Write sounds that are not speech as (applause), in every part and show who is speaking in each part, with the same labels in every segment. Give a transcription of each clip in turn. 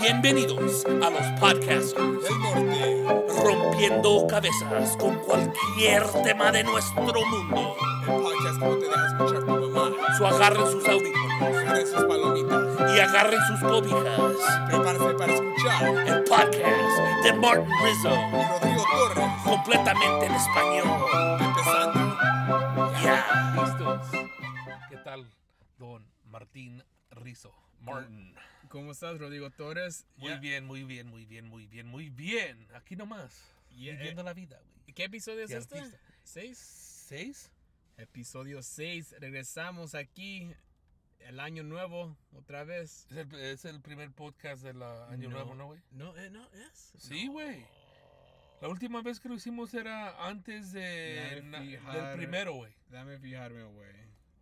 Speaker 1: Bienvenidos a los podcasters
Speaker 2: del norte,
Speaker 1: rompiendo cabezas con cualquier tema de nuestro mundo.
Speaker 2: el podcast que no te deja escuchar tu mamá.
Speaker 1: So agarren sus audífonos
Speaker 2: Agarren sus palomitas,
Speaker 1: y agarren sus cobijas.
Speaker 2: prepárate para escuchar
Speaker 1: El podcast de Martin Rizzo,
Speaker 2: y Rodrigo Torres,
Speaker 1: completamente en español.
Speaker 2: empezando.
Speaker 1: Yeah.
Speaker 3: Listos. ¿Qué tal, don Martín Rizo? Martin.
Speaker 2: ¿Cómo estás, Rodrigo Torres?
Speaker 3: Muy
Speaker 2: Ya-
Speaker 3: bien, muy bien, muy bien, muy bien, muy bien. Aquí nomás.
Speaker 4: Eh,
Speaker 2: Yeah.
Speaker 3: Viviendo la vida, güey.
Speaker 4: ¿Qué episodio es
Speaker 3: Y
Speaker 4: este?
Speaker 3: artista.
Speaker 4: ¿Seis?
Speaker 3: ¿Seis?
Speaker 4: Episodio 6. Regresamos aquí. El año nuevo, otra vez.
Speaker 3: Es el, es el primer podcast del ah, año
Speaker 4: No.
Speaker 3: nuevo, ¿no, güey?
Speaker 4: No, eh, no, es.
Speaker 3: Sí, güey. La última vez que lo hicimos era antes de,
Speaker 4: Me
Speaker 3: na- del
Speaker 4: fijar.
Speaker 3: primero, güey.
Speaker 4: Dame fijarme, güey.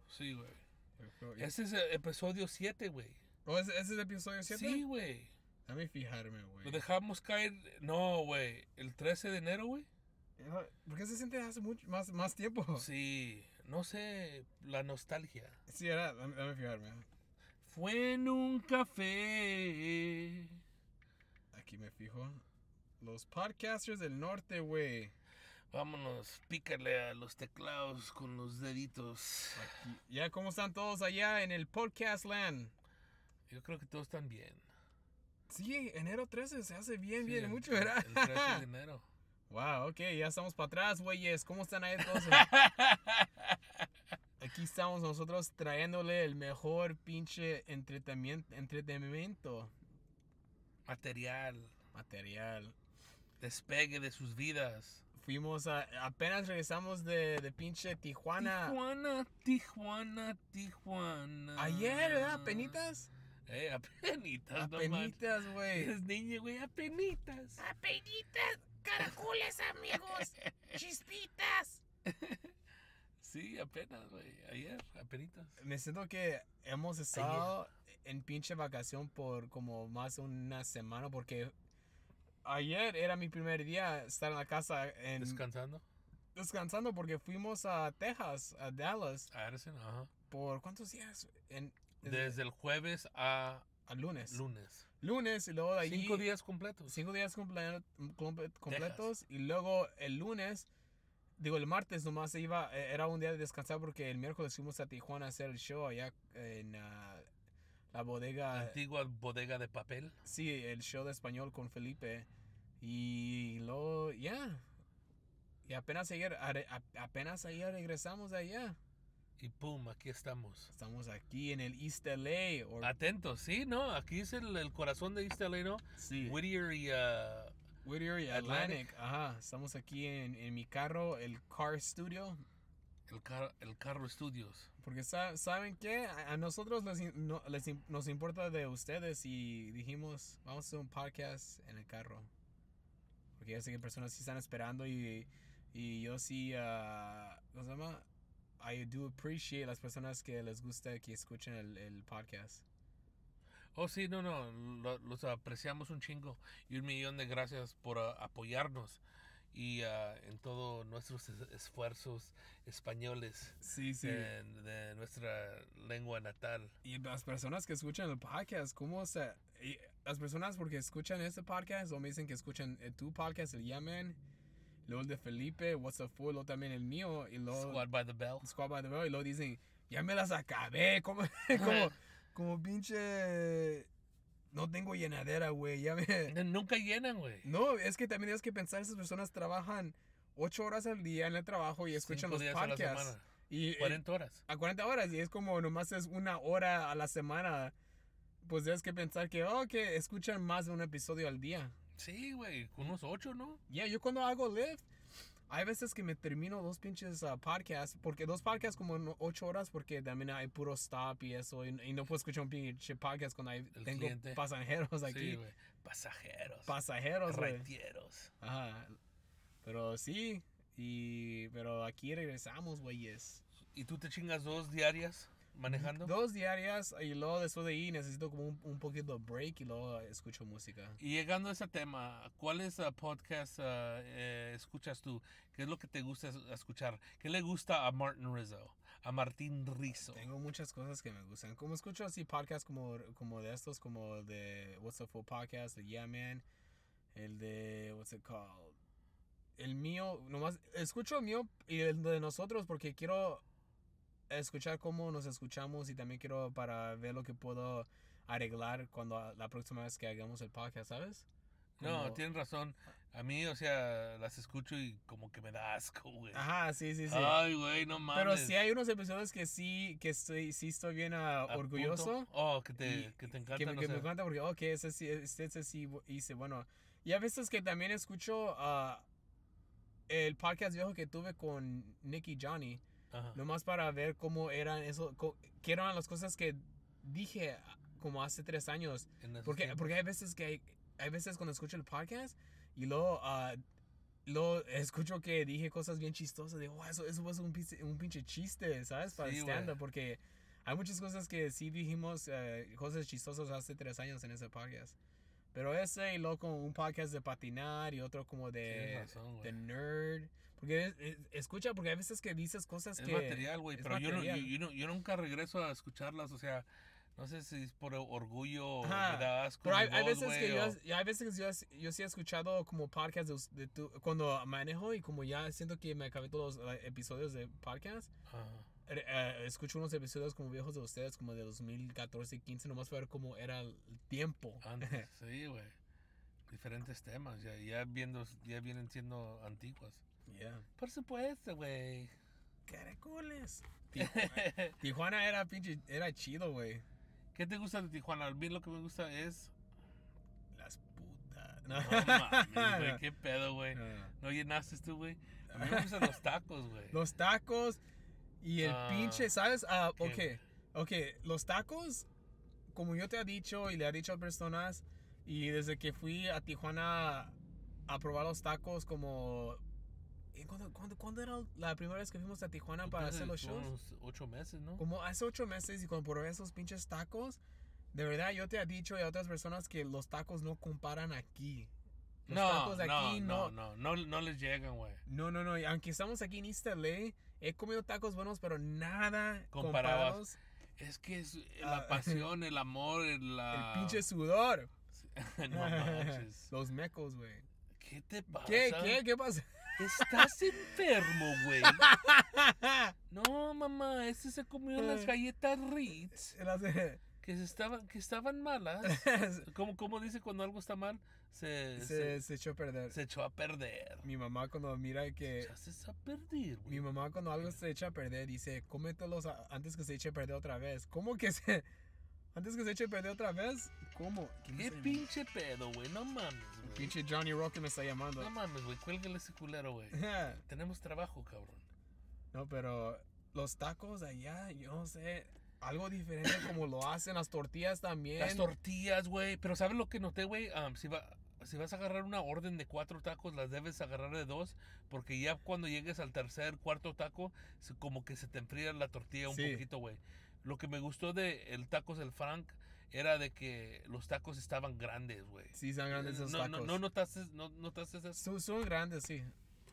Speaker 3: Sí, güey.
Speaker 4: Yo creo-
Speaker 3: Ese es el episodio 7, güey.
Speaker 4: ¿Oh, ¿ese, ese es el episodio 7?
Speaker 3: Sí, güey.
Speaker 4: Dame fijarme,
Speaker 3: Lo
Speaker 4: güey.
Speaker 3: dejamos caer. No, güey. El 13 de enero, güey.
Speaker 4: No, ¿Por qué se siente hace mucho, más, más tiempo? (laughs) Sí,
Speaker 3: Sí, no sé, la nostalgia.
Speaker 4: era. Dame, dame fijarme.
Speaker 3: Fue en un café.
Speaker 4: Aquí me fijo. Los podcasters del norte, güey.
Speaker 3: Vámonos, pícale a los teclados con los deditos.
Speaker 4: Aquí- Ya, ¿cómo están todos allá en el podcast land?
Speaker 3: Yo creo que todos están bien.
Speaker 4: Sí, enero 13 se hace bien,
Speaker 3: Sí,
Speaker 4: bien,
Speaker 3: el-
Speaker 4: mucho, ¿verdad?
Speaker 3: El 13
Speaker 4: (laughs)
Speaker 3: de enero.
Speaker 4: Wow, ok, ya estamos para atrás, güeyes. ¿Cómo están ahí (laughs) todos? Aquí estamos nosotros trayéndole el mejor pinche entretenimiento, entretenimiento
Speaker 3: Material,
Speaker 4: material.
Speaker 3: despegue de sus vidas.
Speaker 4: Fuimos a. Apenas regresamos de, de pinche Tijuana.
Speaker 3: Tijuana, Tijuana, Tijuana.
Speaker 4: Ayer, ¿verdad? ¿Penitas?
Speaker 3: Eh, apenitas, no manches.
Speaker 4: Penitas, güey.
Speaker 3: Eres niño, güey, apenitas.
Speaker 4: Apenitas, caracoles, (laughs) amigos. Chispitas.
Speaker 3: Sí, apenas, güey. Ayer, apenitas.
Speaker 4: Me siento que hemos estado en pinche vacación por como más de una semana porque ayer era mi primer día estar en la casa en-
Speaker 3: Descansando.
Speaker 4: descansando porque fuimos a Texas, a Dallas,
Speaker 3: A Arsen, ajá.
Speaker 4: por cuántos días? En,
Speaker 3: Desde el jueves a
Speaker 4: al lunes.
Speaker 3: lunes.
Speaker 4: Lunes y luego de allí.
Speaker 3: Cinco días completos.
Speaker 4: Cinco días comple- comple- completos y luego el lunes, digo el martes nomás se iba, eh, era un día de descansar porque el miércoles fuimos a Tijuana a hacer el show allá en ah, la bodega.
Speaker 3: Antigua bodega de papel.
Speaker 4: Sí, el show de español con Felipe. Y luego, ya. Y apenas ayer, are- a- apenas ayer regresamos de allá.
Speaker 3: Y pum, aquí estamos.
Speaker 4: Estamos aquí en el East LA. o-
Speaker 3: Atentos, sí, ¿no? Aquí es el, el corazón de East LA, ¿no?
Speaker 4: sí,
Speaker 3: Whittier y... uh,
Speaker 4: Whittier y
Speaker 3: Atlantic.
Speaker 4: Atlantic. Ajá, estamos aquí en, en mi carro, el Car Studio.
Speaker 3: el, car- el Carro Studios.
Speaker 4: Porque sa- saben que a, a nosotros les in- no- les in- nos importa de ustedes y dijimos, vamos a hacer un podcast en el carro. Porque ya sé que personas sí están esperando y, y yo sí, ah, ¿cómo se llama? I do appreciate las personas que les gusta que escuchen el, el podcast.
Speaker 3: Oh, sí, no, no. lo- los apreciamos un chingo. Y un millón de gracias por uh, apoyarnos. Y uh, en todos nuestros es- esfuerzos españoles
Speaker 4: Sí, sí.
Speaker 3: de, de nuestra lengua natal.
Speaker 4: Eh, Y las personas que escuchan el podcast, ¿cómo se...? y las personas porque escuchan este podcast o me dicen que escuchan eh, tu podcast, el Yemen, luego el de Felipe, What's Up Full, luego también el mío, y luego...
Speaker 3: Squad by the Bell.
Speaker 4: Squad by the Bell, y luego dicen, ya me las acabé, (laughs) como, como, como pinche... No tengo llenadera, güey, ya me... (laughs)
Speaker 3: Nunca llenan, güey.
Speaker 4: No, es que también tienes que pensar, esas personas trabajan ocho horas al día en el trabajo y escuchan
Speaker 3: Cinco
Speaker 4: los
Speaker 3: días a la
Speaker 4: podcasts.
Speaker 3: semana,
Speaker 4: Y, y-
Speaker 3: 40 horas.
Speaker 4: a 40 horas, y es como nomás es una hora a la semana. Pues tienes que pensar que, oh, que escuchan más de un episodio al día.
Speaker 3: Sí, güey, unos 8, ¿no?
Speaker 4: Ya, yo cuando hago live, hay veces que me termino dos pinches ah, podcasts, porque dos podcasts como en ocho horas, porque también hay puro stop y eso, y, y no puedo escuchar un pinche podcast cuando hay,
Speaker 3: El
Speaker 4: tengo
Speaker 3: cliente.
Speaker 4: pasajeros
Speaker 3: Sí,
Speaker 4: Pues aquí.
Speaker 3: güey. Pasajeros.
Speaker 4: pasajeros, güey.
Speaker 3: Retieros.
Speaker 4: Ajá. Pero sí, y, pero aquí regresamos, güeyes.
Speaker 3: ¿Y tú te chingas dos diarias manejando?
Speaker 4: Dos diarias, y luego después de ahí necesito como un, un poquito de break y luego escucho música.
Speaker 3: Y llegando a ese tema, ¿cuáles uh, podcasts uh, eh, escuchas tú? ¿Qué es lo que te gusta es- escuchar? ¿Qué le gusta a Martin Rizzo? a Martín Rizo.
Speaker 4: Tengo muchas cosas que me gustan. Como escucho así podcasts como, como de estos, como el de What's Up Full Podcast, el Yeah Man, el de What's It Called. El mío, nomás escucho el mío y el de nosotros porque quiero escuchar cómo nos escuchamos y también quiero para ver lo que puedo arreglar cuando la próxima vez que hagamos el podcast, ¿sabes?
Speaker 3: No,
Speaker 4: Como-
Speaker 3: tienes razón. A mí, o sea, las escucho y como que me da asco, güey.
Speaker 4: Ajá, sí, sí, sí.
Speaker 3: Ay, güey, Ah, no mames.
Speaker 4: Pero sí hay unos episodios que sí, que estoy, sí estoy bien ah,
Speaker 3: ¿A punto?
Speaker 4: orgulloso.
Speaker 3: Oh, que
Speaker 4: y
Speaker 3: te, que te encanta.
Speaker 4: Que, me-
Speaker 3: no
Speaker 4: que
Speaker 3: sé.
Speaker 4: me encanta porque, ok, ese sí, este, este sí bu- hice, bueno. Y a veces que también escucho ah, el podcast viejo que tuve con Nicky Johnny,
Speaker 3: Ajá.
Speaker 4: nomás para ver cómo eran eso, co- qué eran las cosas que dije ah, como hace tres años.
Speaker 3: En esos
Speaker 4: Porque,
Speaker 3: tiempos.
Speaker 4: porque hay veces que hay, hay veces cuando escucho el podcast y luego, ah, luego escucho que dije cosas bien chistosas. Digo, "Wow, eso, eso fue un, pinche- un pinche chiste, ¿sabes? Para
Speaker 3: Sí,
Speaker 4: el
Speaker 3: güey.
Speaker 4: stand-up", Porque hay muchas cosas que sí dijimos, eh, cosas chistosas hace tres años en ese podcast. Pero ese y luego como un podcast de patinar y otro como de,
Speaker 3: Tienes razón, güey.
Speaker 4: de nerd. Porque es- es- escucha, porque hay veces que dices cosas
Speaker 3: Es
Speaker 4: que...
Speaker 3: material, güey,
Speaker 4: es
Speaker 3: pero yo, no, yo,
Speaker 4: material.
Speaker 3: yo no- yo nunca regreso a escucharlas, o sea, no sé si es por orgullo o me
Speaker 4: Ajá,
Speaker 3: da asco.
Speaker 4: Pero hay,
Speaker 3: mi
Speaker 4: hay
Speaker 3: voz,
Speaker 4: veces que
Speaker 3: güey,
Speaker 4: yo,
Speaker 3: o-
Speaker 4: y hay veces que yo, yo sí he escuchado como podcast de, us- de tu- cuando manejo y como ya siento que me acabé todos los eh, episodios de podcast,
Speaker 3: (laughs) Ajá.
Speaker 4: eh, eh, escucho unos episodios como viejos de ustedes, como de 2014 15, nomás para ver cómo era el tiempo.
Speaker 3: Antes, sí, güey. Diferentes temas, ya, ya, viendo, ya vienen siendo antiguas.
Speaker 4: Yeah.
Speaker 3: Por supuesto, güey.
Speaker 4: Caracoles. Tiju- (laughs) Tijuana era pinche, era chido, güey.
Speaker 3: (laughs) ¿Qué te gusta de Tijuana? A mí lo que me gusta
Speaker 4: (laughs)
Speaker 3: es...
Speaker 4: Las putas.
Speaker 3: No mames, güey, qué pedo,
Speaker 4: (laughs)
Speaker 3: güey.
Speaker 4: Ah.
Speaker 3: ¿No llenaste tú, güey? A mí me gustan los tacos, güey.
Speaker 4: Los tacos y el
Speaker 3: Ah,
Speaker 4: pinche, ¿sabes? Ah,
Speaker 3: qué-
Speaker 4: ok, ok, los tacos, como yo te he dicho y le he dicho a personas, y desde que fui a Tijuana a probar los tacos, como... ¿y ¿Cuándo, cuándo- cuándo era la primera vez que fuimos a Tijuana para
Speaker 3: Entonces,
Speaker 4: hacer los
Speaker 3: como
Speaker 4: shows?
Speaker 3: unos ocho meses, ¿no?
Speaker 4: Como hace ocho meses y cuando probé esos pinches tacos, de verdad yo te he dicho y a otras personas que los tacos no comparan aquí. Los tacos de aquí no,
Speaker 3: no, no, no, no les llegan, güey.
Speaker 4: no, no, no. y Aunque estamos aquí en East LA, he comido tacos buenos, pero nada comparados.
Speaker 3: Comparabas. Es que es
Speaker 4: Ah.
Speaker 3: la pasión, el amor,
Speaker 4: (laughs)
Speaker 3: el, la...
Speaker 4: El pinche sudor.
Speaker 3: (laughs) no manches. Ah,
Speaker 4: (laughs) Los mecos, güey.
Speaker 3: ¿Qué te pasa?
Speaker 4: ¿Qué, qué, qué pasa? (laughs)
Speaker 3: Estás enfermo, güey. No, mamá, este se comió
Speaker 4: Eh.
Speaker 3: las galletas Ritz
Speaker 4: Las- (laughs)
Speaker 3: que se estaban, que estaban malas. Como, como dice cuando algo está mal, se,
Speaker 4: se,
Speaker 3: se,
Speaker 4: se echó a perder.
Speaker 3: se echó a perder.
Speaker 4: Mi mamá cuando mira que...
Speaker 3: Ya se está a perder, güey.
Speaker 4: Mi mamá cuando algo se echa a perder dice, cómetelos a- antes que se eche a perder otra vez. ¿Cómo que se... (laughs) Antes que se eche a perder otra vez? ¿Cómo? ¿Quién me
Speaker 3: Qué
Speaker 4: está llamando?
Speaker 3: pinche pedo, güey. No mames, güey.
Speaker 4: Pinche Johnny Rock que me está llamando.
Speaker 3: No
Speaker 4: (laughs)
Speaker 3: mames, güey. Cuélgale ese culero, güey. Tenemos trabajo, cabrón.
Speaker 4: No, pero los tacos de allá, yo no sé, algo
Speaker 3: (coughs)
Speaker 4: diferente como lo hacen, las tortillas también.
Speaker 3: Las tortillas, güey. Pero ¿sabes lo que noté, güey? Am, si, va- si vas a agarrar una orden de cuatro tacos, las debes agarrar de dos. Porque ya cuando llegues al tercer, cuarto taco, se- como que se te enfría la tortilla un
Speaker 4: Sí.
Speaker 3: poquito, güey. Lo que me gustó de el Tacos del Frank era de que los tacos estaban grandes, güey.
Speaker 4: sí, son grandes esos
Speaker 3: No,
Speaker 4: tacos.
Speaker 3: no, no notaste, no notaste esas.
Speaker 4: Son, son grandes, sí.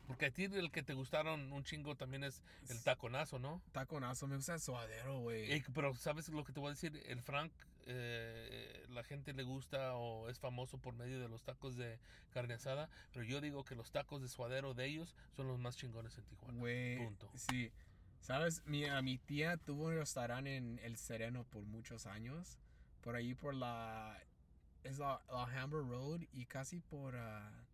Speaker 3: Porque a ti el que te gustaron un chingo también es el taconazo, ¿no?
Speaker 4: Taconazo, me gusta el suadero,
Speaker 3: Ey,
Speaker 4: güey.
Speaker 3: Eh, pero sabes lo que te voy a decir, el Frank, eh, la gente le gusta o es famoso por medio de los tacos de carne asada, pero yo digo que los tacos de suadero de ellos son los más chingones en Tijuana.
Speaker 4: Güey,
Speaker 3: punto.
Speaker 4: sí. ¿Sabes? Mi, a mi tía tuvo un restaurante en El Sereno por muchos años. Por ahí por la... Es la, la Alhambra Road y casi por... ah,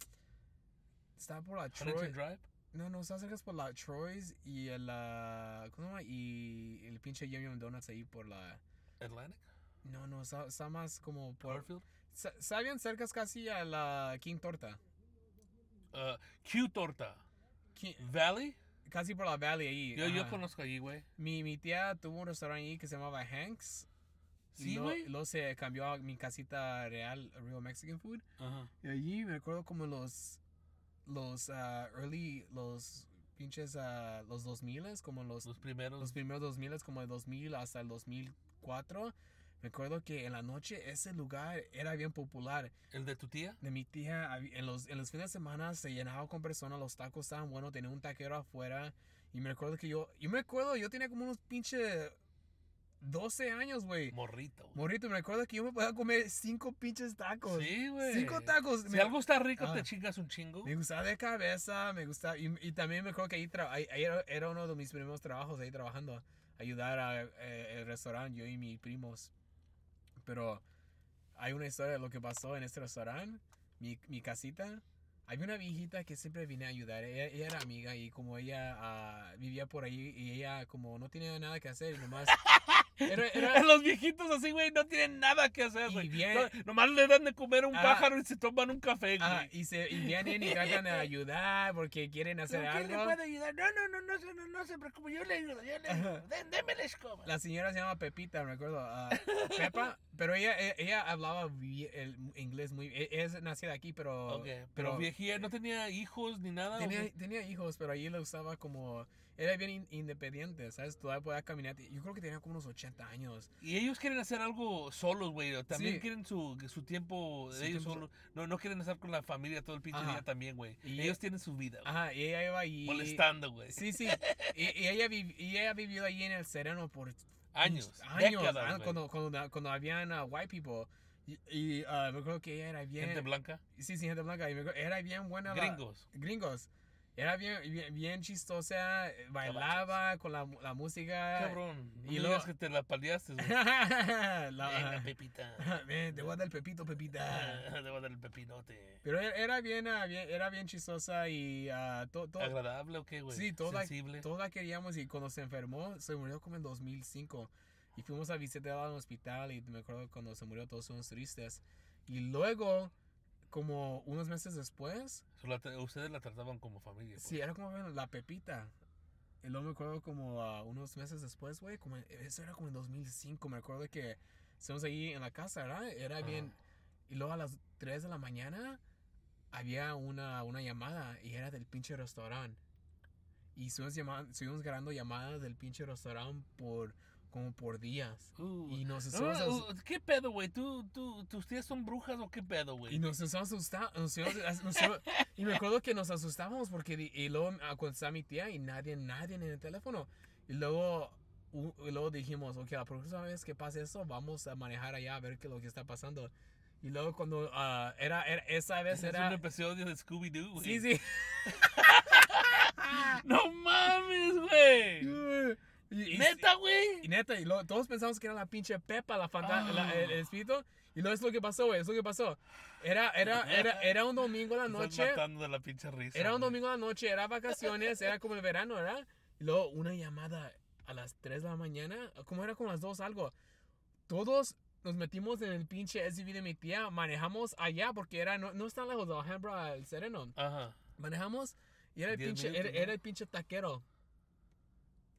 Speaker 4: está por la
Speaker 3: Huntington
Speaker 4: Troy.
Speaker 3: Drive,
Speaker 4: No, no, está cerca es por la Troy's y el. ah, ¿Cómo se llama? Y el pinche Yum Yum Donuts ahí por la.
Speaker 3: Atlantic,
Speaker 4: No, no, está, está más como por.
Speaker 3: Garfield,
Speaker 4: Sa- Está bien cerca es casi a la King Torta.
Speaker 3: uh, Q Torta,
Speaker 4: Qui-
Speaker 3: Valley.
Speaker 4: casi por la Valley ahí.
Speaker 3: Yo, yo
Speaker 4: ajá.
Speaker 3: conozco allí, güey.
Speaker 4: Mi, mi tía tuvo un restaurante ahí que se llamaba Hanks. y
Speaker 3: Sí,
Speaker 4: luego-
Speaker 3: güey.
Speaker 4: Luego se cambió a mi casita real, Real Mexican Food.
Speaker 3: Ajá.
Speaker 4: Y allí me acuerdo como los. Los ah, early. Los pinches. ah, los 2000 como los
Speaker 3: Los primeros.
Speaker 4: los primeros 2000 como de 2000 hasta el 2004. Me acuerdo que en la noche ese lugar era bien popular.
Speaker 3: ¿El de tu tía?
Speaker 4: De mi tía, hab- en los, en los fines de semana se llenaba con personas, los tacos estaban buenos, tenía un taquero afuera Y me recuerdo que yo, yo me acuerdo, yo tenía como unos pinche 12 años, güey.
Speaker 3: Morrito. güey.
Speaker 4: Morrito, me recuerdo que yo me podía comer cinco pinches tacos.
Speaker 3: Sí, güey.
Speaker 4: Cinco tacos.
Speaker 3: Si
Speaker 4: me,
Speaker 3: algo está rico,
Speaker 4: Ah.
Speaker 3: te chingas un chingo.
Speaker 4: me gustaba de cabeza, me gustaba. Y, y también me acuerdo que ahí, tra- ahí- ahí era, era uno de mis primeros trabajos ahí trabajando, ayudar al restaurante, yo y mis primos. Pero hay una historia de lo que pasó en este restaurante, mi, mi casita. Había una viejita que siempre vine a ayudar. Ella, ella era amiga y como ella ah, vivía por ahí y ella como no tenía nada que hacer y nomás... Era, era-
Speaker 3: (laughs) Los viejitos así, güey, no tienen nada que hacer,
Speaker 4: Y
Speaker 3: güey.
Speaker 4: bien-
Speaker 3: No- Nomás le dan de comer a un
Speaker 4: Ah.
Speaker 3: pájaro y se toman un café, güey.
Speaker 4: Ah, y, se, y vienen y tratan de ayudar porque quieren hacer algo.
Speaker 3: ayudar? No, no, no, no, no, no, no se preocupe, yo le ayudo, yo le
Speaker 4: Ajá.
Speaker 3: déme la escoba.
Speaker 4: La señora se llama Pepita, me acuerdo. ah, (laughs) Pepa, pero ella, e- ella hablaba bi- el inglés muy e- Es nacida aquí, pero.
Speaker 3: pero, viejía, no tenía hijos ni nada.
Speaker 4: Tenía,
Speaker 3: güey.
Speaker 4: tenía hijos, pero ahí la usaba como. Era bien in- independiente, ¿sabes? Todavía podía caminar. Yo creo que tenía como unos 80 años.
Speaker 3: Y ellos quieren hacer algo solos, güey. o También
Speaker 4: Sí.
Speaker 3: quieren su, su tiempo de
Speaker 4: Su
Speaker 3: ellos
Speaker 4: tiempo
Speaker 3: solos. No, no quieren estar con la familia todo el pinche
Speaker 4: Ajá.
Speaker 3: día también, güey.
Speaker 4: Y-
Speaker 3: Ellos tienen su vida, güey.
Speaker 4: Ajá, y ella iba ahí.
Speaker 3: Molestando, güey.
Speaker 4: Sí, sí. Y, y ella viv- y ella vivió ahí en el Sereno por
Speaker 3: Años,
Speaker 4: años,
Speaker 3: décadas,
Speaker 4: ah,
Speaker 3: güey.
Speaker 4: cuando, cuando, cuando habían ah, white people. Y, y, ah, me acuerdo que ella era bien.
Speaker 3: Gente blanca,
Speaker 4: Sí, sí, gente blanca. Y me acuerdo- era bien buena. la-
Speaker 3: gringos.
Speaker 4: gringos. Era bien, bien, bien chistosa. eh, Bailaba con la, la música.
Speaker 3: Cabrón.
Speaker 4: y
Speaker 3: Y luego
Speaker 4: luego-
Speaker 3: que te la paliaste, (laughs) güey.
Speaker 4: (laughs) La-
Speaker 3: Venga, Pepita.
Speaker 4: (laughs) Man, te voy a dar el
Speaker 3: (laughs)
Speaker 4: pepito, pepita.
Speaker 3: Te voy a dar el pepinote.
Speaker 4: Pero era- era bien, ah, bien- era bien chistosa y ah, to- to-
Speaker 3: ¿Agradable o qué, güey?
Speaker 4: sí, toda,
Speaker 3: Sensible.
Speaker 4: toda queríamos y cuando se enfermó, se murió como en 2005 y fuimos a visitarla al hospital y me acuerdo cuando se murió todos fuimos tristes y luego como unos meses después
Speaker 3: So, la tra- ustedes la trataban como familia. pues.
Speaker 4: Sí, era como bueno, la Pepita. Y luego me acuerdo como ah, unos meses después, güey, como en- eso era como en 2005, me acuerdo que estamos ahí en la casa, ¿verdad? Era
Speaker 3: Ajá.
Speaker 4: bien... Y luego a las 3 de la mañana había una, una llamada y era del pinche restaurante. Y estuvimos, llama- estuvimos grabando llamadas del pinche restaurante por como por días.
Speaker 3: pues. Uh.
Speaker 4: Y nos
Speaker 3: No,
Speaker 4: estuvimos... as-
Speaker 3: uh, ¿Qué pedo, güey? ¿Tú, tú, ¿Tus tías son brujas o qué pedo,
Speaker 4: Y
Speaker 3: güey?
Speaker 4: nos estamos asustando. y me acuerdo que nos asustábamos porque di- y luego ah, cuando estaba mi tía y nadie, nadie en el teléfono. Y luego, u- y luego dijimos, ok, la próxima vez que pase eso, vamos a manejar allá a ver qué es lo que está pasando. Y luego cuando ah, era, era- esa vez
Speaker 3: Ese Es un eh,
Speaker 4: era...
Speaker 3: episodio de Scooby-Doo, güey.
Speaker 4: Sí, sí.
Speaker 3: ¡No mames, güey!
Speaker 4: (laughs) Y- y-
Speaker 3: ¡Neta,
Speaker 4: Y
Speaker 3: güey!
Speaker 4: neta, y luego todos pensamos que era la pinche Pepa, la fanta-
Speaker 3: Ah.
Speaker 4: la- el, el espíritu. Y luego es lo que pasó, güey, es lo que pasó.
Speaker 3: (laughs)
Speaker 4: Era, era, era, era un domingo a la
Speaker 3: Te estás
Speaker 4: noche.
Speaker 3: matando de la pinche risa.
Speaker 4: Era un
Speaker 3: güey.
Speaker 4: domingo a la noche, era vacaciones, era como el verano, ¿verdad? Y luego una llamada a las 3 de la mañana, como era como las 2 algo. Todos nos metimos en el pinche SUV de mi tía, manejamos allá porque era no, no está lejos de Alhambra al Sereno.
Speaker 3: Ajá.
Speaker 4: Manejamos y era el
Speaker 3: Diez
Speaker 4: pinche era,
Speaker 3: minutos, ¿no?
Speaker 4: era el pinche taquero,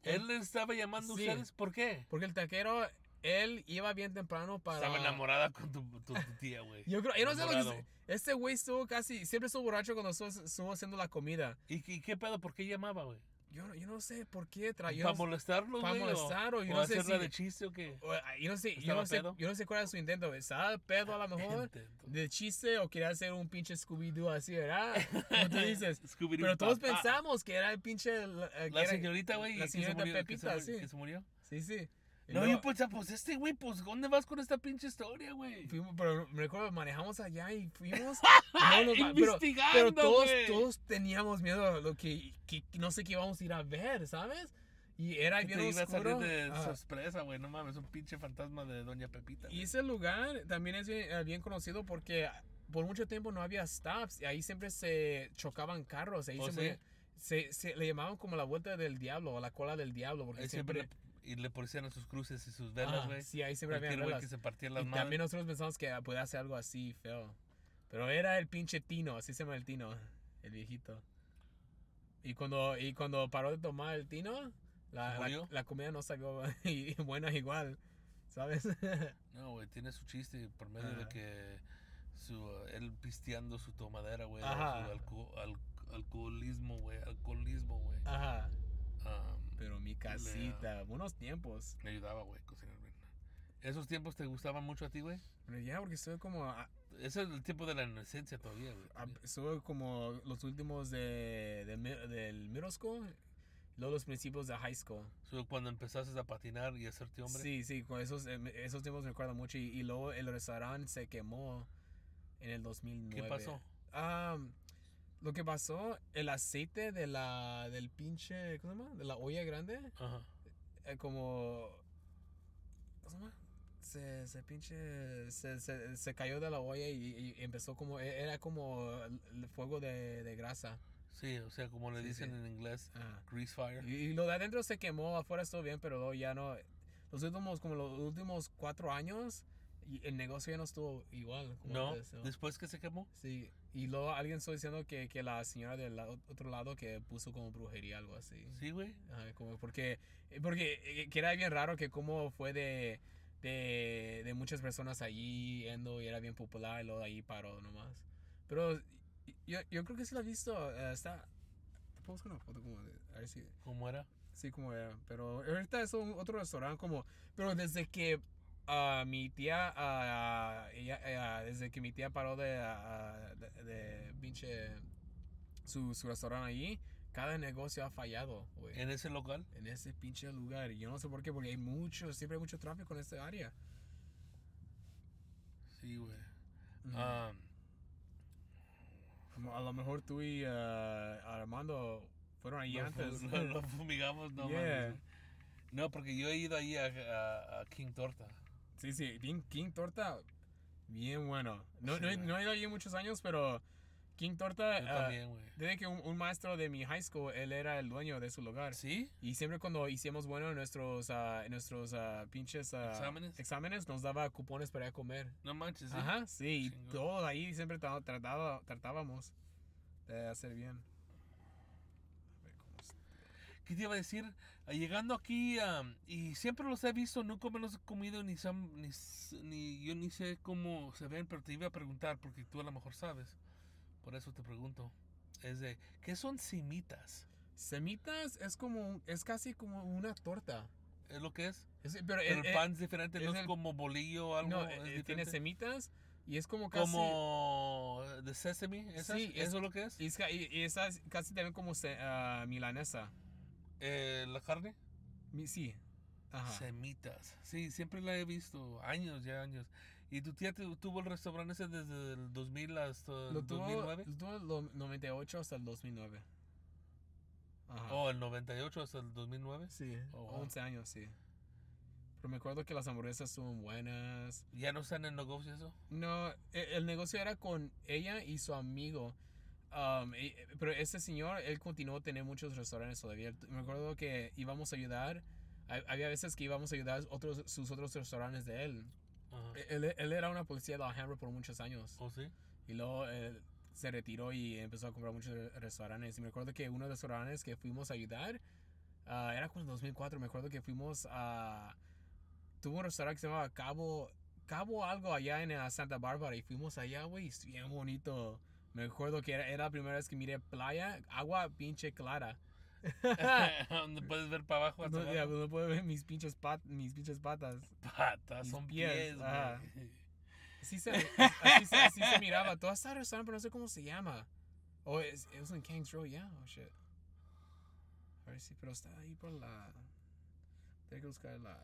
Speaker 3: Él les estaba llamando
Speaker 4: Sí.
Speaker 3: a ustedes, ¿por qué?
Speaker 4: porque el taquero él iba bien temprano para
Speaker 3: Estaba enamorada con tu, tu- tu tía, güey.
Speaker 4: Yo creo, yo no sé lo que
Speaker 3: Enamorado.
Speaker 4: hice. este güey estuvo casi siempre estuvo borracho cuando estuvo, estuvo haciendo la comida.
Speaker 3: ¿Y, qué- y qué pedo? ¿Por qué llamaba, güey?
Speaker 4: Yo, no- yo no sé por qué tra- yo
Speaker 3: ¿Para
Speaker 4: no sé-
Speaker 3: molestarlo,
Speaker 4: pa'
Speaker 3: güey?
Speaker 4: molestar, o
Speaker 3: ¿O,
Speaker 4: yo
Speaker 3: o
Speaker 4: no sé
Speaker 3: hacerla
Speaker 4: si-
Speaker 3: de chiste o qué?
Speaker 4: O, ah, Yo no sé, yo
Speaker 3: ¿Estaba
Speaker 4: no sé,
Speaker 3: pedo?
Speaker 4: yo no sé cuál era su intento. güey. ¿Estaba pedo
Speaker 3: (laughs)
Speaker 4: a lo mejor?
Speaker 3: Intento.
Speaker 4: ¿De chiste o quería hacer un pinche Scooby-Doo así, verdad? Como tú
Speaker 3: (laughs)
Speaker 4: dices.
Speaker 3: Scooby-Doo,
Speaker 4: Pero todos
Speaker 3: papá.
Speaker 4: pensamos que era el pinche. eh, que
Speaker 3: La
Speaker 4: era-
Speaker 3: señorita, güey.
Speaker 4: La
Speaker 3: que se
Speaker 4: señorita
Speaker 3: murió- que se
Speaker 4: Pepita,
Speaker 3: murió-
Speaker 4: sí.
Speaker 3: Que se murió.
Speaker 4: Sí, sí. Y
Speaker 3: No,
Speaker 4: luego
Speaker 3: yo pensaba, pues este güey, pues ¿dónde vas con esta pinche historia, güey? (laughs)
Speaker 4: fuimos- pero me recuerdo, manejamos allá y fuimos. y luego nos va- pero, pero
Speaker 3: Ah, Investigando,
Speaker 4: todos,
Speaker 3: güey.
Speaker 4: todos teníamos miedo a lo que, que- que no sé qué íbamos a ir a ver, ¿sabes? Y era
Speaker 3: Que
Speaker 4: bien
Speaker 3: te iba a
Speaker 4: oscuro.
Speaker 3: salir de
Speaker 4: Ah.
Speaker 3: sorpresa, güey. No mames, un pinche fantasma de Doña Pepita.
Speaker 4: Y
Speaker 3: güey.
Speaker 4: ese lugar también es bien, eh, bien conocido porque por mucho tiempo no había stops y ahí siempre se chocaban carros. Ahí
Speaker 3: Oh,
Speaker 4: se,
Speaker 3: sí.
Speaker 4: morían- se- se- le llamaban como la vuelta del diablo o la cola del diablo porque
Speaker 3: Ahí
Speaker 4: siempre.
Speaker 3: siempre le- y le policían a sus cruces y sus velas,
Speaker 4: Ajá,
Speaker 3: güey.
Speaker 4: sí, ahí siempre había
Speaker 3: Cualquier güey
Speaker 4: velas.
Speaker 3: que se partía
Speaker 4: Y
Speaker 3: las manos.
Speaker 4: también nosotros pensamos que ah, podía hacer algo así feo. Pero era el pinche Tino, así se llama el Tino, el viejito. Y cuando, y cuando paró de tomar el Tino, la, la-
Speaker 3: ¿Murió?
Speaker 4: la comida no salió (laughs) y- buena igual, ¿sabes? (laughs)
Speaker 3: No, güey, tiene su chiste por medio
Speaker 4: Ajá.
Speaker 3: de que su, él pisteando su tomadera, güey. o
Speaker 4: Ajá.
Speaker 3: Su alco- al- alcoholismo, güey. Alcoholismo, güey.
Speaker 4: Ajá.
Speaker 3: Um,
Speaker 4: Pero mi casita, buenos tiempos.
Speaker 3: me ayudaba, güey, a cocinar bien. ¿Esos tiempos te gustaban mucho a ti, güey?
Speaker 4: Pero ya, porque estuve como, a-
Speaker 3: Ese es el tiempo de la inocencia todavía, güey.
Speaker 4: a-
Speaker 3: también.
Speaker 4: estuve como los últimos de, de mi- del middle school. Luego los principios de high school.
Speaker 3: So, cuando empezaste a patinar y a hacerte hombre.
Speaker 4: Sí, sí, con esos, em, esos tiempos me acuerdo mucho. Y, y luego el restaurante se quemó en el 2009.
Speaker 3: ¿Qué pasó?
Speaker 4: Am, Ah, lo que pasó, el aceite de la, del pinche, ¿cómo se llama? De la olla grande,
Speaker 3: Ajá.
Speaker 4: eh, como, ¿cómo se llama? Se, se pinche, se, se, se cayó de la olla y, y empezó como, e- era como el el fuego de, de grasa.
Speaker 3: Sí, o sea, como le
Speaker 4: Sí,
Speaker 3: dicen
Speaker 4: sí.
Speaker 3: en inglés,
Speaker 4: Ah.
Speaker 3: grease fire.
Speaker 4: Y, y lo de adentro se quemó, afuera estuvo bien, pero luego ya no. Los últimos, como los últimos cuatro años, y el negocio ya no estuvo igual. Como
Speaker 3: no,
Speaker 4: antes, ¿no?
Speaker 3: después que se quemó.
Speaker 4: Sí. Y luego alguien estuvo diciendo que, que la señora del la- otro lado que puso como brujería, algo así.
Speaker 3: Sí, güey.
Speaker 4: Ajá, como porque, porque eh, que era bien raro que como fue de, de, de muchas personas allí yendo y era bien popular y luego de ahí paró nomás. Pero yo, yo creo que sí lo has visto. eh, está... Te puedo buscar una foto como de... A ver si...
Speaker 3: ¿Cómo era?
Speaker 4: Sí, como era. Pero ahorita es un- otro restaurante como... Pero desde que ah, mi tía... ah, ella- ella- desde que mi tía paró de... ah, de, de pinche... Su, su restaurante allí, cada negocio ha fallado, güey. En,
Speaker 3: En ese local.
Speaker 4: ese pinche lugar. Y yo no sé por qué, porque hay mucho... Siempre hay mucho tráfico en esta área.
Speaker 3: Sí, güey.
Speaker 4: Ujú.
Speaker 3: Ah,
Speaker 4: A lo mejor tú y ah, Armando fueron allí
Speaker 3: lo,
Speaker 4: antes.
Speaker 3: fu- lo-
Speaker 4: (laughs)
Speaker 3: lo fumigamos, no mames,
Speaker 4: Yeah.
Speaker 3: güey. No, porque yo he ido ahí a, a- a King Torta.
Speaker 4: Sí, sí, King, King Torta, bien bueno. No,
Speaker 3: Sí,
Speaker 4: no, he-
Speaker 3: güey.
Speaker 4: no he ido allí muchos años, pero King Torta,
Speaker 3: Yo
Speaker 4: ah,
Speaker 3: también, güey.
Speaker 4: desde que un, un maestro de mi high school, él era el dueño de su lugar.
Speaker 3: ¿Sí?
Speaker 4: Y siempre cuando hicimos bueno en nuestros, ah, en nuestros ah, pinches ah,
Speaker 3: Exámenes.
Speaker 4: exámenes, nos daba cupones para ir a comer.
Speaker 3: No manches, ¿eh? ¿sí?
Speaker 4: Ajá, sí, y
Speaker 3: Chingón.
Speaker 4: todo ahí siempre tra- trataba- tratábamos de hacer bien. A ver cómo está.
Speaker 3: ¿Qué te iba a decir? Ah, Llegando aquí, am, y siempre los he visto, nunca me los he comido, ni, sam- ni, s- ni yo ni sé cómo se ven, pero te iba a preguntar, porque tú a lo mejor sabes. Por eso te pregunto. Es de, ¿qué son simitas?
Speaker 4: Semitas es como, un- es casi como una torta.
Speaker 3: ¿Es lo que es?
Speaker 4: Es- pero
Speaker 3: Pero
Speaker 4: el-
Speaker 3: el
Speaker 4: el-
Speaker 3: pan es diferente,
Speaker 4: Eh, es
Speaker 3: no es
Speaker 4: el-
Speaker 3: como bolillo o algo.
Speaker 4: No,
Speaker 3: ¿es
Speaker 4: eh, eh, tiene
Speaker 3: diferente?
Speaker 4: semitas y es como casi.
Speaker 3: Como de sesame, ¿esas?
Speaker 4: Sí, es-
Speaker 3: ¿eso es lo que es?
Speaker 4: Y, es ca- y- y esa es casi también como se- ah, milanesa.
Speaker 3: Eh, ¿La carne?
Speaker 4: Mi- Sí. Ajá.
Speaker 3: Semitas. Sí, siempre la he visto, años ya, años. ¿Y tu tía tu- tuvo el restaurante ese desde el 2000 hasta
Speaker 4: Lo
Speaker 3: el
Speaker 4: tuvo,
Speaker 3: 2009?
Speaker 4: lo tuvo el do- 98 hasta el 2009. Ajá.
Speaker 3: Oh, el 98 hasta el 2009.
Speaker 4: sí.
Speaker 3: oh, wow.
Speaker 4: 11 años, sí. Pero me acuerdo que las hamburguesas son buenas.
Speaker 3: ¿Ya no están en el negocio eso?
Speaker 4: No, e- el negocio era con ella y su amigo. Um, y- pero ese señor, él continuó a tener muchos restaurantes todavía. Me acuerdo que íbamos a ayudar. ha- Había veces que íbamos a ayudar otros, sus otros restaurantes de él. E,
Speaker 3: Ajá.
Speaker 4: Él, él era una policía de Alhambra por muchos años.
Speaker 3: Eh, ¿O
Speaker 4: (laughs)
Speaker 3: sí?
Speaker 4: Y luego él se retiró y empezó a comprar muchos re- restaurantes. Y me acuerdo que uno de los restaurantes que fuimos a ayudar ah, era con el 2004. Me acuerdo que fuimos a. Tuvo un restaurante que se llamaba Cabo. Cabo algo allá en ah, Santa Bárbara. Y fuimos allá, güey. y es bien bonito. Me acuerdo que era, era la primera vez que miré playa, agua pinche clara.
Speaker 3: Donde puedes ver para abajo hasta
Speaker 4: No, ya,
Speaker 3: abajo.
Speaker 4: no puedo ver mis pinches, pat- mis pinches patas.
Speaker 3: Patas,
Speaker 4: mis
Speaker 3: son
Speaker 4: pies,
Speaker 3: pies, güey. (laughs)
Speaker 4: ajá. Así se, así, se- así se miraba. Toda esta restaurante, pero no sé cómo se llama. Oh, es, it was in Kings Row, yeah. Oh, shit. A ver si, pero está ahí por la... Tengo que buscar la...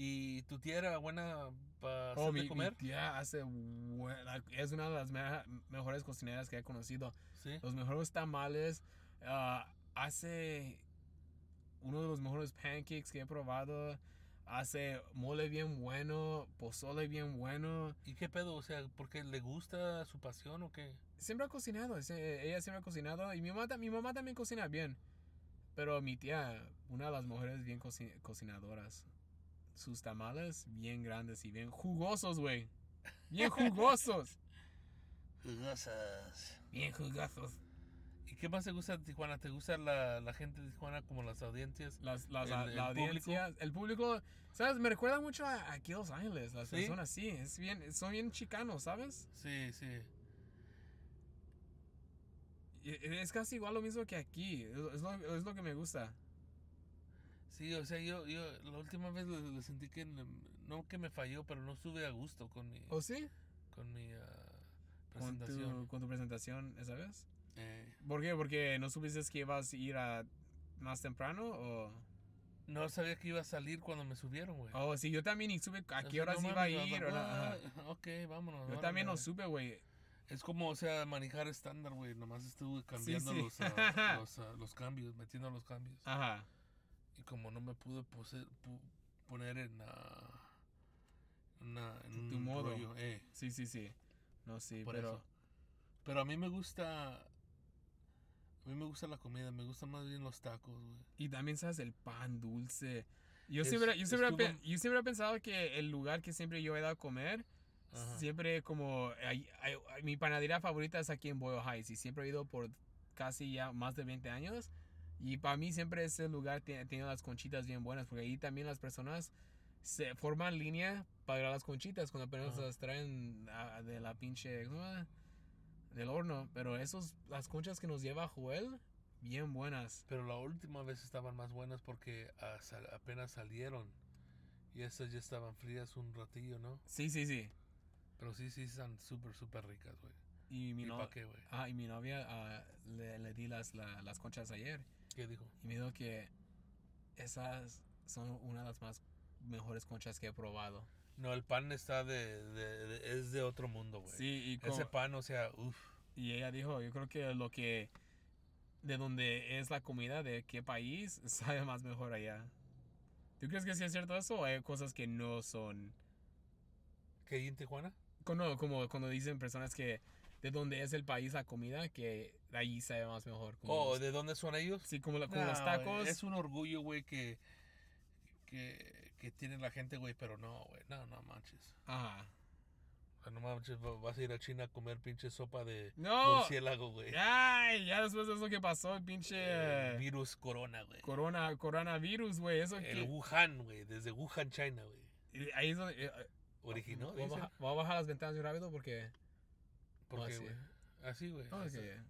Speaker 3: ¿Y tu tía era buena para
Speaker 4: Oh,
Speaker 3: hacerte
Speaker 4: mi, mi
Speaker 3: comer?
Speaker 4: tía hace... buena- es una de las me- mejores cocineras que he conocido.
Speaker 3: Sí.
Speaker 4: Los mejores tamales. ah, hace uno de los mejores pancakes que he probado. Hace mole bien bueno, pozole bien bueno.
Speaker 3: ¿Y qué pedo? O sea, ¿porque le gusta su pasión o qué?
Speaker 4: siempre ha cocinado, sí, ella siempre ha cocinado y mi mamá, ta- mi mamá también cocina bien. Pero mi tía, una de las mujeres bien coci- cocinadoras, sus tamales bien grandes y bien jugosos, güey.
Speaker 3: (laughs)
Speaker 4: Bien jugosos.
Speaker 1: Jugosas.
Speaker 4: bien jugosos.
Speaker 3: ¿Y qué más te gusta de Tijuana? ¿Te gusta la, la gente de Tijuana como las audiencias?
Speaker 4: Las, las- la,
Speaker 3: El- el
Speaker 4: la
Speaker 3: público.
Speaker 4: audiencia, el público, ¿sabes? Me recuerda mucho a, aquí a Los Ángeles, las
Speaker 3: ¿Sí?
Speaker 4: personas, sí, es bien, son bien chicanos, ¿sabes?
Speaker 3: Sí, sí.
Speaker 4: Y- y Es casi igual lo mismo que aquí, es, es lo, es lo que me gusta.
Speaker 3: Sí, o sea, yo, yo la última vez lo, lo sentí que n- no que me falló, pero no estuve a gusto con mi,
Speaker 4: ¿O sí?
Speaker 3: con mi ah,
Speaker 4: Con tu,
Speaker 3: presentación.
Speaker 4: con tu presentación, ¿sabes?
Speaker 3: Eh,
Speaker 4: ¿Por qué? Porque no supiste que ibas a ir a más temprano o...?
Speaker 3: No sabía que iba a salir cuando me subieron, güey.
Speaker 4: Oh, sí, yo también ni supe a
Speaker 3: Así,
Speaker 4: qué horas
Speaker 3: no
Speaker 4: iba a
Speaker 3: mames,
Speaker 4: ir
Speaker 3: va-
Speaker 4: o nada.
Speaker 3: va-
Speaker 4: ajá.
Speaker 3: ah, Ok, vámonos.
Speaker 4: Yo
Speaker 3: órale,
Speaker 4: también no
Speaker 3: güey.
Speaker 4: supe, güey.
Speaker 3: Es como, o sea, manejar estándar, güey. Nomás estuve cambiando
Speaker 4: sí.
Speaker 3: Los,
Speaker 4: (laughs)
Speaker 3: ah, los, ah, los cambios, metiendo los cambios.
Speaker 4: Ajá.
Speaker 3: Y como no me pude pose- pu- poner en, ah, una- en
Speaker 4: En tu
Speaker 3: un
Speaker 4: modo.
Speaker 3: rollo, eh,
Speaker 4: Sí, sí, sí. No, sí,
Speaker 3: por
Speaker 4: pero...
Speaker 3: eso. Pero a mí me gusta... A mí me gusta la comida, me gustan más bien los tacos, güey.
Speaker 4: Y también, ¿sabes? El pan dulce. Yo,
Speaker 3: Es-
Speaker 4: siempre, yo, siempre,
Speaker 3: estuvo-
Speaker 4: pe- yo siempre he pensado que el lugar que siempre yo he dado a comer,
Speaker 3: Ajá.
Speaker 4: siempre como... ay- ay- ay, mi panadería favorita es aquí en Boyle Heights y siempre he ido por casi ya más de 20 años. Y para mí siempre ese lugar tie- tiene las conchitas bien buenas porque ahí también las personas se forman línea para las conchitas cuando apenas
Speaker 3: Ajá.
Speaker 4: las traen ah, de la pinche... ¿cómo se llama? Del horno. Pero esos, las conchas que nos lleva Joel, bien buenas.
Speaker 3: Pero la última vez estaban más buenas porque ah, sal- apenas salieron. Y estas ya estaban frías un ratillo, ¿no?
Speaker 4: Sí, sí, sí.
Speaker 3: Pero sí, sí, están súper, súper ricas, güey.
Speaker 4: Y mi,
Speaker 3: ¿Y
Speaker 4: no-
Speaker 3: para qué, güey?
Speaker 4: ah, y mi novia ah, le, le di las, la- las conchas ayer
Speaker 3: ¿Qué dijo?
Speaker 4: y me dijo que esas son una de las más mejores conchas que he probado.
Speaker 3: No, el pan está de... de- de- es de otro mundo, güey.
Speaker 4: Sí, y,
Speaker 3: Ese
Speaker 4: como-
Speaker 3: pan, o sea, uff.
Speaker 4: y ella dijo, yo creo que lo que de donde es la comida de qué país (laughs) sabe más mejor allá. ¿Tú crees que sí es cierto eso o hay cosas que no son?
Speaker 3: ¿Qué hay en Tijuana?
Speaker 4: Como, como cuando dicen personas que de donde es el país la comida que de allí sabe más mejor. como
Speaker 3: ¿O
Speaker 4: los-
Speaker 3: Oh, de dónde son ellos?
Speaker 4: sí, como, la- como los
Speaker 3: Nah, güey,
Speaker 4: tacos.
Speaker 3: Es un orgullo, güey, que, que, que tiene la gente, güey, pero no, güey, no, no manches.
Speaker 4: Ajá.
Speaker 3: O sea, No manches, va- vas a ir a China a comer pinche sopa de
Speaker 4: No.
Speaker 3: murciélago, güey.
Speaker 4: Ay, ya después de eso que pasó, el pinche
Speaker 3: Eh,
Speaker 4: eh,
Speaker 3: virus corona, güey.
Speaker 4: corona, coronavirus, güey. Eso
Speaker 3: El
Speaker 4: que,
Speaker 3: Wuhan, güey, desde Wuhan, China, güey.
Speaker 4: eh, ahí es donde. eh, eh,
Speaker 3: Originó,
Speaker 4: voy, a
Speaker 3: dicen.
Speaker 4: bajar, voy a bajar las ventanas muy rápido porque.
Speaker 3: ¿Por
Speaker 4: Ah,
Speaker 3: qué,
Speaker 4: sí.
Speaker 3: güey? Así, güey.
Speaker 4: no, es
Speaker 3: así.
Speaker 4: que-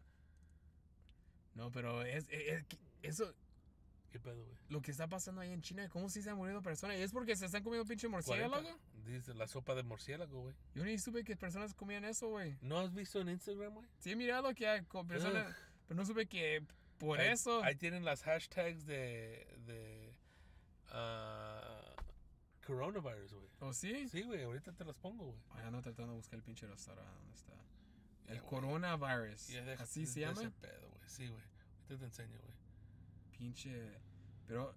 Speaker 4: No, pero es, es- es que eso,
Speaker 3: ¿Qué pedo, güey?
Speaker 4: lo que está pasando ahí en China, ¿cómo si se han murido personas? ¿Y es porque se están comiendo pinche murciélago?
Speaker 3: 40. Dice la sopa de murciélago, güey.
Speaker 4: Yo ni supe que personas comían eso, güey.
Speaker 3: ¿No has visto en Instagram, güey?
Speaker 4: Sí, he mirado que hay co- personas, pero no supe que por
Speaker 3: Ahí-
Speaker 4: eso.
Speaker 3: Ahí tienen las hashtags de. de. ah, coronavirus, güey.
Speaker 4: ¿O sí?
Speaker 3: Sí, güey, ahorita te las pongo, güey.
Speaker 4: Ay, ando tratando de buscar el pinche restaurante. ¿Dónde está?
Speaker 3: Ya,
Speaker 4: El
Speaker 3: Eh, güey.
Speaker 4: coronavirus.
Speaker 3: Ya deja-
Speaker 4: ¿Así se
Speaker 3: de
Speaker 4: llama?
Speaker 3: ese pedo, güey. Sí, güey. Ahorita te enseño, güey.
Speaker 4: Pinche. Pero.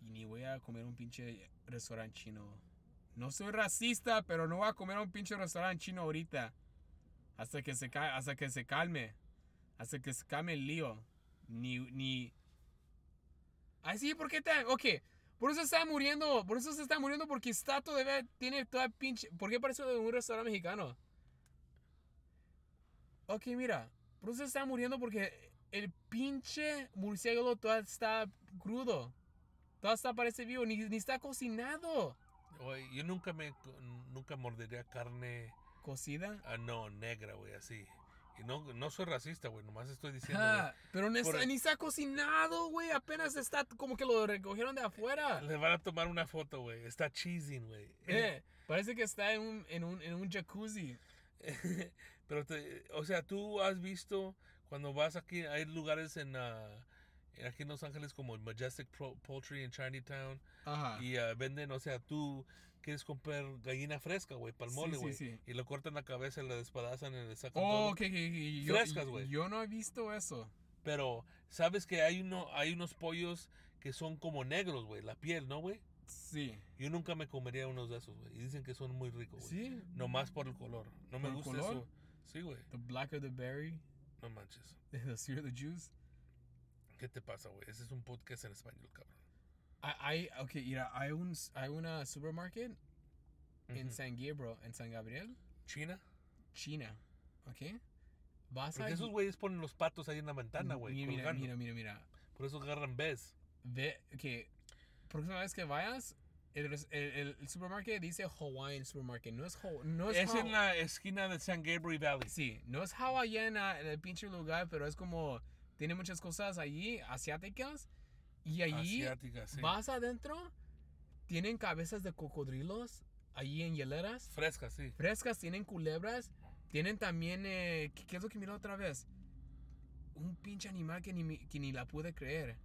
Speaker 4: Y ni voy a comer un pinche restaurante chino. No soy racista, pero no voy a comer a un pinche restaurante chino ahorita. Hasta que se, ca- hasta que se calme. Hasta que se calme el lío. Ni. ni... Así, ¿por qué tan.? Ok. Por eso está muriendo. Por eso se está muriendo. Porque está todavía. Tiene toda pinche. ¿Por qué parece de un restaurante mexicano? Ok, mira. Por eso se está muriendo porque el pinche murciélago todavía está crudo. Todavía está parece vivo, ni, ni está cocinado.
Speaker 3: Güey, yo nunca me. nunca mordería carne.
Speaker 4: ¿Cocida?
Speaker 3: Ah, no, negra, güey, así. Y no, no soy racista, güey, nomás estoy diciendo.
Speaker 4: Ah, pero ni
Speaker 3: por-
Speaker 4: está, ni está cocinado, güey. Apenas está como que lo recogieron de afuera. (laughs)
Speaker 3: güey. Le van a tomar una foto, güey. Está cheesing, güey.
Speaker 4: Eh, parece que está en un, en un, en un jacuzzi.
Speaker 3: (laughs) Pero, te, o sea, tú has visto cuando vas aquí, hay lugares en. ah, en aquí en Los Ángeles como el Majestic Pro- Poultry en Chinatown.
Speaker 4: Ajá.
Speaker 3: Y ah, venden, o sea, tú quieres comprar gallina fresca, güey, para el
Speaker 4: Sí,
Speaker 3: mole,
Speaker 4: sí,
Speaker 3: güey.
Speaker 4: sí.
Speaker 3: Y le cortan la cabeza, le despedazan y le sacan
Speaker 4: Oh,
Speaker 3: todo.
Speaker 4: que, que, que- yo,
Speaker 3: Frescas, güey.
Speaker 4: yo no he visto eso.
Speaker 3: Pero, ¿sabes que hay, uno, hay unos pollos que son como negros, güey? La piel, ¿no, güey?
Speaker 4: Sí.
Speaker 3: Yo nunca me comería unos de esos, güey. Y dicen que son muy ricos, güey.
Speaker 4: ¿Sí?
Speaker 3: Nomás por el color. No me
Speaker 4: ¿Por el
Speaker 3: gusta
Speaker 4: color?
Speaker 3: eso. Sí, güey.
Speaker 4: The black of the berry, (laughs)
Speaker 3: No manches.
Speaker 4: the sear of the juice.
Speaker 3: ¿Qué te pasa, güey? Ese es un podcast en español, cabrón.
Speaker 4: Hay, hay- ok, mira, hay, un, hay una supermarket en
Speaker 3: Ujú.
Speaker 4: San Gabriel, en San Gabriel,
Speaker 3: ¿China?
Speaker 4: China, ¿ok? Vas
Speaker 3: Porque esos güeyes ponen los patos ahí en la ventana, güey.
Speaker 4: Mira, mira,
Speaker 3: colgando.
Speaker 4: mira, mira, mira.
Speaker 3: Por eso agarran vez.
Speaker 4: Ve, ok, próxima vez que vayas, el, res- el, el- el supermarket dice Hawaiian Supermarket, no es Haw- no es,
Speaker 3: Es
Speaker 4: Haw-
Speaker 3: en la esquina de San Gabriel Valley.
Speaker 4: Sí, no es hawaiana en el pinche lugar, pero es como, tiene muchas cosas allí, asiáticas, y allí...
Speaker 3: Asiática, sí.
Speaker 4: Vas adentro, tienen cabezas de cocodrilos allí en hieleras.
Speaker 3: Fresca, sí.
Speaker 4: Frescas, tienen culebras. Tienen también, eh, ¿qué, qué es lo que mira otra vez? un pinche animal que ni, mi- que ni la pude creer.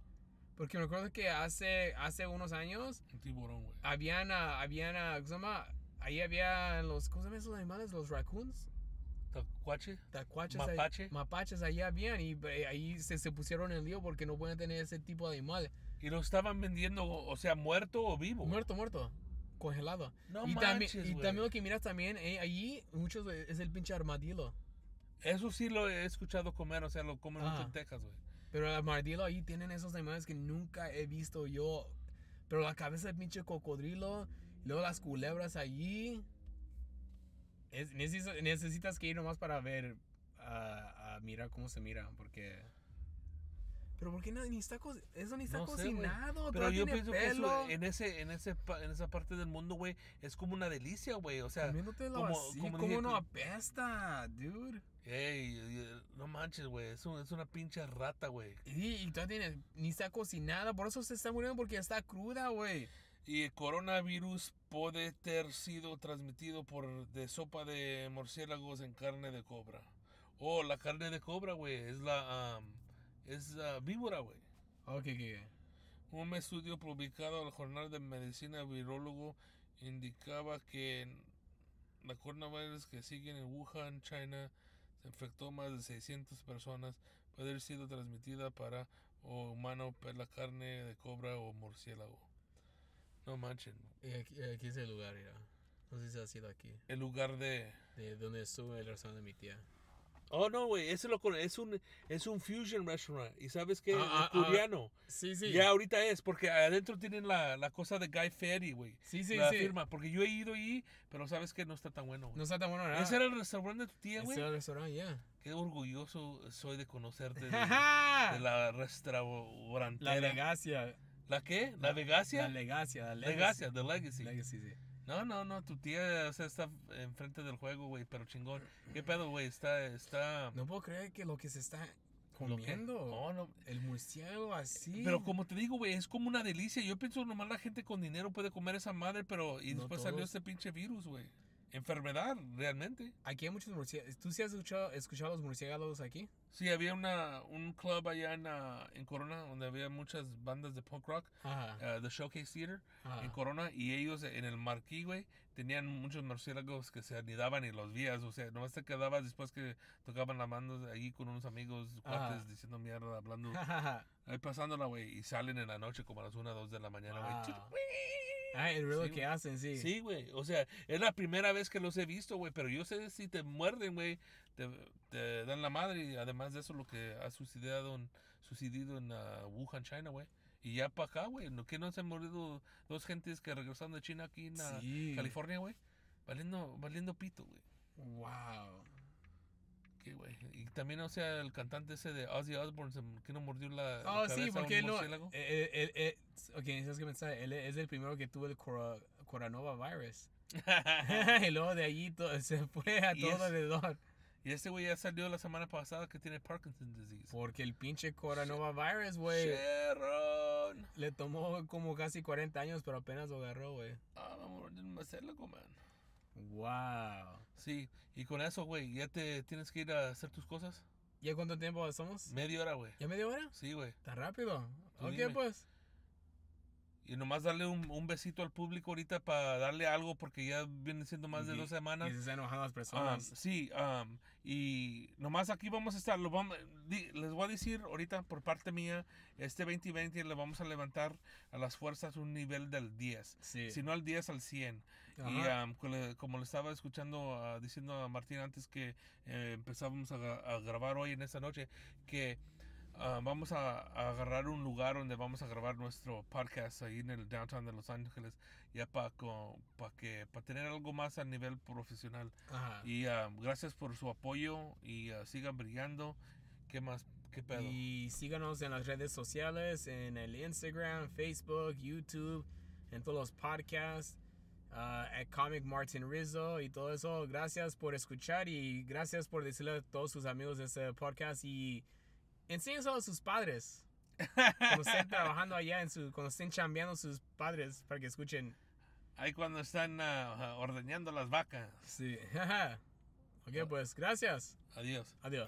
Speaker 4: Porque me acuerdo que hace, hace unos años
Speaker 3: Un tiburón, güey.
Speaker 4: habían, ah, habían, ah, ¿cómo se llama? Ahí había los, ¿cómo se llaman esos animales? Los raccoons,
Speaker 3: ¿Tacuache?
Speaker 4: tacuaches. ahí-
Speaker 3: Mapache.
Speaker 4: mapaches, ahí habían y eh, ahí se, se pusieron en lío porque no pueden tener ese tipo de animal.
Speaker 3: Y lo estaban vendiendo, o sea, muerto o vivo.
Speaker 4: Muerto, muerto, congelado.
Speaker 3: No
Speaker 4: y,
Speaker 3: manches,
Speaker 4: también, y
Speaker 3: güey.
Speaker 4: también lo que miras también, eh, allí muchos eh, es el pinche armadillo.
Speaker 3: Eso sí lo he escuchado comer, o sea, lo comen mucho
Speaker 4: Ah.
Speaker 3: en Texas, güey.
Speaker 4: Pero el armadillo ahí tienen esos animales que nunca he visto yo. Pero la cabeza del pinche cocodrilo, y luego las culebras allí. Es- necesi- necesitas que ir nomás para ver, ah, a mirar cómo se mira, porque... Pero ¿por qué no, ni está, co- eso ni está
Speaker 3: No sé, güey.
Speaker 4: cocinado?
Speaker 3: Pero yo
Speaker 4: todavía tiene
Speaker 3: pienso que
Speaker 4: pelo.
Speaker 3: eso, en, ese, en, ese, pa- en esa parte del mundo, güey, es como una delicia, güey. O sea,
Speaker 4: Comiéndotelo
Speaker 3: como-
Speaker 4: así,
Speaker 3: como
Speaker 4: ¿cómo
Speaker 3: dije,
Speaker 4: no
Speaker 3: tú-
Speaker 4: apesta, dude?
Speaker 3: ey, eh, no manches, güey. Es, un- es una pinche rata, güey.
Speaker 4: Y, y todavía tiene- ni está cocinada, por eso se está muriendo porque está cruda, güey.
Speaker 3: Y el coronavirus puede ter sido transmitido por de sopa de murciélagos en carne de cobra. Oh, la carne de cobra, güey, es la am, es la víbora, güey.
Speaker 4: Ok, ok, ok.
Speaker 3: Un estudio publicado en el Jornal de Medicina Virólogo indicaba que en la coronavirus que sigue en Wuhan, China, se infectó más de 600 personas, puede haber sido transmitida para o humano por la carne de cobra o murciélago. No manchen.
Speaker 4: Y Eh, Aquí, aquí es el lugar, mira. No sé si ha sido aquí.
Speaker 3: El lugar de...
Speaker 4: De donde estuvo el restaurante de mi tía.
Speaker 3: Oh, no, güey, ese lo cono- es un, es un fusion restaurant. ¿Y sabes qué?
Speaker 4: Ah,
Speaker 3: Es
Speaker 4: ah, ah.
Speaker 3: coreano.
Speaker 4: Sí, sí.
Speaker 3: Ya ahorita es, porque adentro tienen la, la cosa de Guy Ferry, güey.
Speaker 4: Sí, sí,
Speaker 3: la
Speaker 4: sí.
Speaker 3: firma, porque yo he ido ahí, pero sabes que no está tan bueno, güey.
Speaker 4: No está tan bueno, ¿verdad?
Speaker 3: Ese era el restaurante de tu tía,
Speaker 4: Ese
Speaker 3: güey.
Speaker 4: era el restaurante, ya.
Speaker 3: Qué orgulloso soy de conocerte.
Speaker 4: (laughs)
Speaker 3: De, de la
Speaker 4: la,
Speaker 3: restaurante.
Speaker 4: legacia.
Speaker 3: ¿La qué? ¿La Vegasia?
Speaker 4: La legacia. La legacy.
Speaker 3: Legacia, The Legacy.
Speaker 4: Legacy, sí.
Speaker 3: No, no, no, tu tía o sea, está enfrente del juego, güey, pero chingón. ¿Qué pedo, güey? Está, está...
Speaker 4: No puedo creer que lo que se está
Speaker 3: lo que-
Speaker 4: comiendo.
Speaker 3: No, no,
Speaker 4: El murciélago así.
Speaker 3: Pero como te digo, güey, es como una delicia. Yo pienso nomás la gente con dinero puede comer esa madre, pero... Y
Speaker 4: No
Speaker 3: después salió
Speaker 4: todos.
Speaker 3: este pinche virus, güey. Enfermedad, realmente.
Speaker 4: Aquí hay muchos murciélagos. ¿Tú sí has escuchado, escuchado los murciélagos aquí?
Speaker 3: Sí, había una, un club allá en, ah, en Corona donde había muchas bandas de punk rock,
Speaker 4: Ajá.
Speaker 3: ah, The Showcase Theater,
Speaker 4: ajá. (laughs)
Speaker 3: en Corona, y ellos en el marquí, güey, tenían muchos murciélagos que se anidaban y los vías, o sea, nomás te quedabas después que tocaban la banda ahí con unos amigos, cuates, diciendo mierda,
Speaker 4: (laughs)
Speaker 3: hablando, ahí pasándola, güey, y salen en la noche como a las 1 2 de la mañana, güey.
Speaker 4: Wow. Ah, el ruido
Speaker 3: Sí,
Speaker 4: que
Speaker 3: güey.
Speaker 4: hacen, sí.
Speaker 3: Sí, güey. O sea, es la primera vez que los he visto, güey. Pero yo sé si te muerden, güey, te, te dan la madre. Y además de eso, lo que ha sucedido en, sucedido en ah, Wuhan, China, güey. Y ya para acá, güey. ¿No que no se han morido dos gentes que regresaron de China aquí en ah,
Speaker 4: Sí.
Speaker 3: California, güey? Valiendo, valiendo pito, güey.
Speaker 4: Wow.
Speaker 3: Qué güey. Y también, o sea, el cantante ese de Ozzy Osbourne, se- que no mordió la. la
Speaker 4: Oh,
Speaker 3: cabeza a
Speaker 4: sí,
Speaker 3: un
Speaker 4: porque él no. eh.
Speaker 3: murciélago?
Speaker 4: Él, él- él- ok, ¿sabes qué pensar? Él es el primero que tuvo el coro- coronavirus. (laughs) y luego de allí to- se fue a
Speaker 3: Y
Speaker 4: todo
Speaker 3: es-
Speaker 4: alrededor.
Speaker 3: (laughs) y este güey ya salió la semana pasada que tiene Parkinson's disease.
Speaker 4: Porque el pinche coronavirus, güey.
Speaker 3: Sharon.
Speaker 4: Le tomó como casi 40 años, pero apenas lo agarró, güey.
Speaker 3: Ah, vamos a murciélago, man.
Speaker 4: Wow.
Speaker 3: Sí, y con eso, güey, ya te tienes que ir a hacer tus cosas.
Speaker 4: ¿Ya cuánto tiempo somos?
Speaker 3: Media hora, güey.
Speaker 4: ¿Ya media hora?
Speaker 3: Sí, güey.
Speaker 4: Está rápido.
Speaker 3: Tú
Speaker 4: ok,
Speaker 3: dime.
Speaker 4: pues.
Speaker 3: Y nomás darle un, un besito al público ahorita para darle algo porque ya viene siendo más de
Speaker 4: Y-
Speaker 3: dos
Speaker 4: Y
Speaker 3: semanas.
Speaker 4: se están enojando las
Speaker 3: Um,
Speaker 4: personas.
Speaker 3: sí, um, y nomás aquí vamos a estar, lo vamos, di- les voy a decir ahorita por parte mía, este 2020 le vamos a levantar a las fuerzas un nivel del 10,
Speaker 4: sí.
Speaker 3: si no al 10 al 100. Y ah,
Speaker 4: Ajá.
Speaker 3: am, co- le- como le estaba escuchando ah, diciendo a Martín antes que eh, empezábamos a, gra- a grabar hoy en esta noche, que ah, vamos a, a agarrar un lugar donde vamos a grabar nuestro podcast ahí en el downtown de Los Ángeles, ya para que para tener algo más a nivel profesional.
Speaker 4: Ajá.
Speaker 3: Y ah, gracias por su apoyo y ah, sigan brillando. ¿Qué más? ¿Qué pedo?
Speaker 4: Y síganos en las redes sociales, en el Instagram, Facebook, YouTube, en todos los podcasts, ah, at Comic Martin Rizzo y todo eso. Gracias por escuchar y gracias por decirle a todos sus amigos de este podcast y enséñenselo a sus padres. Cuando
Speaker 3: (laughs)
Speaker 4: estén trabajando allá, en su, cuando estén chambeando sus padres para que escuchen.
Speaker 3: Ahí cuando están ah, ordeñando las vacas.
Speaker 4: Sí. (laughs) Ok, pues gracias.
Speaker 3: Adiós.
Speaker 4: Adiós.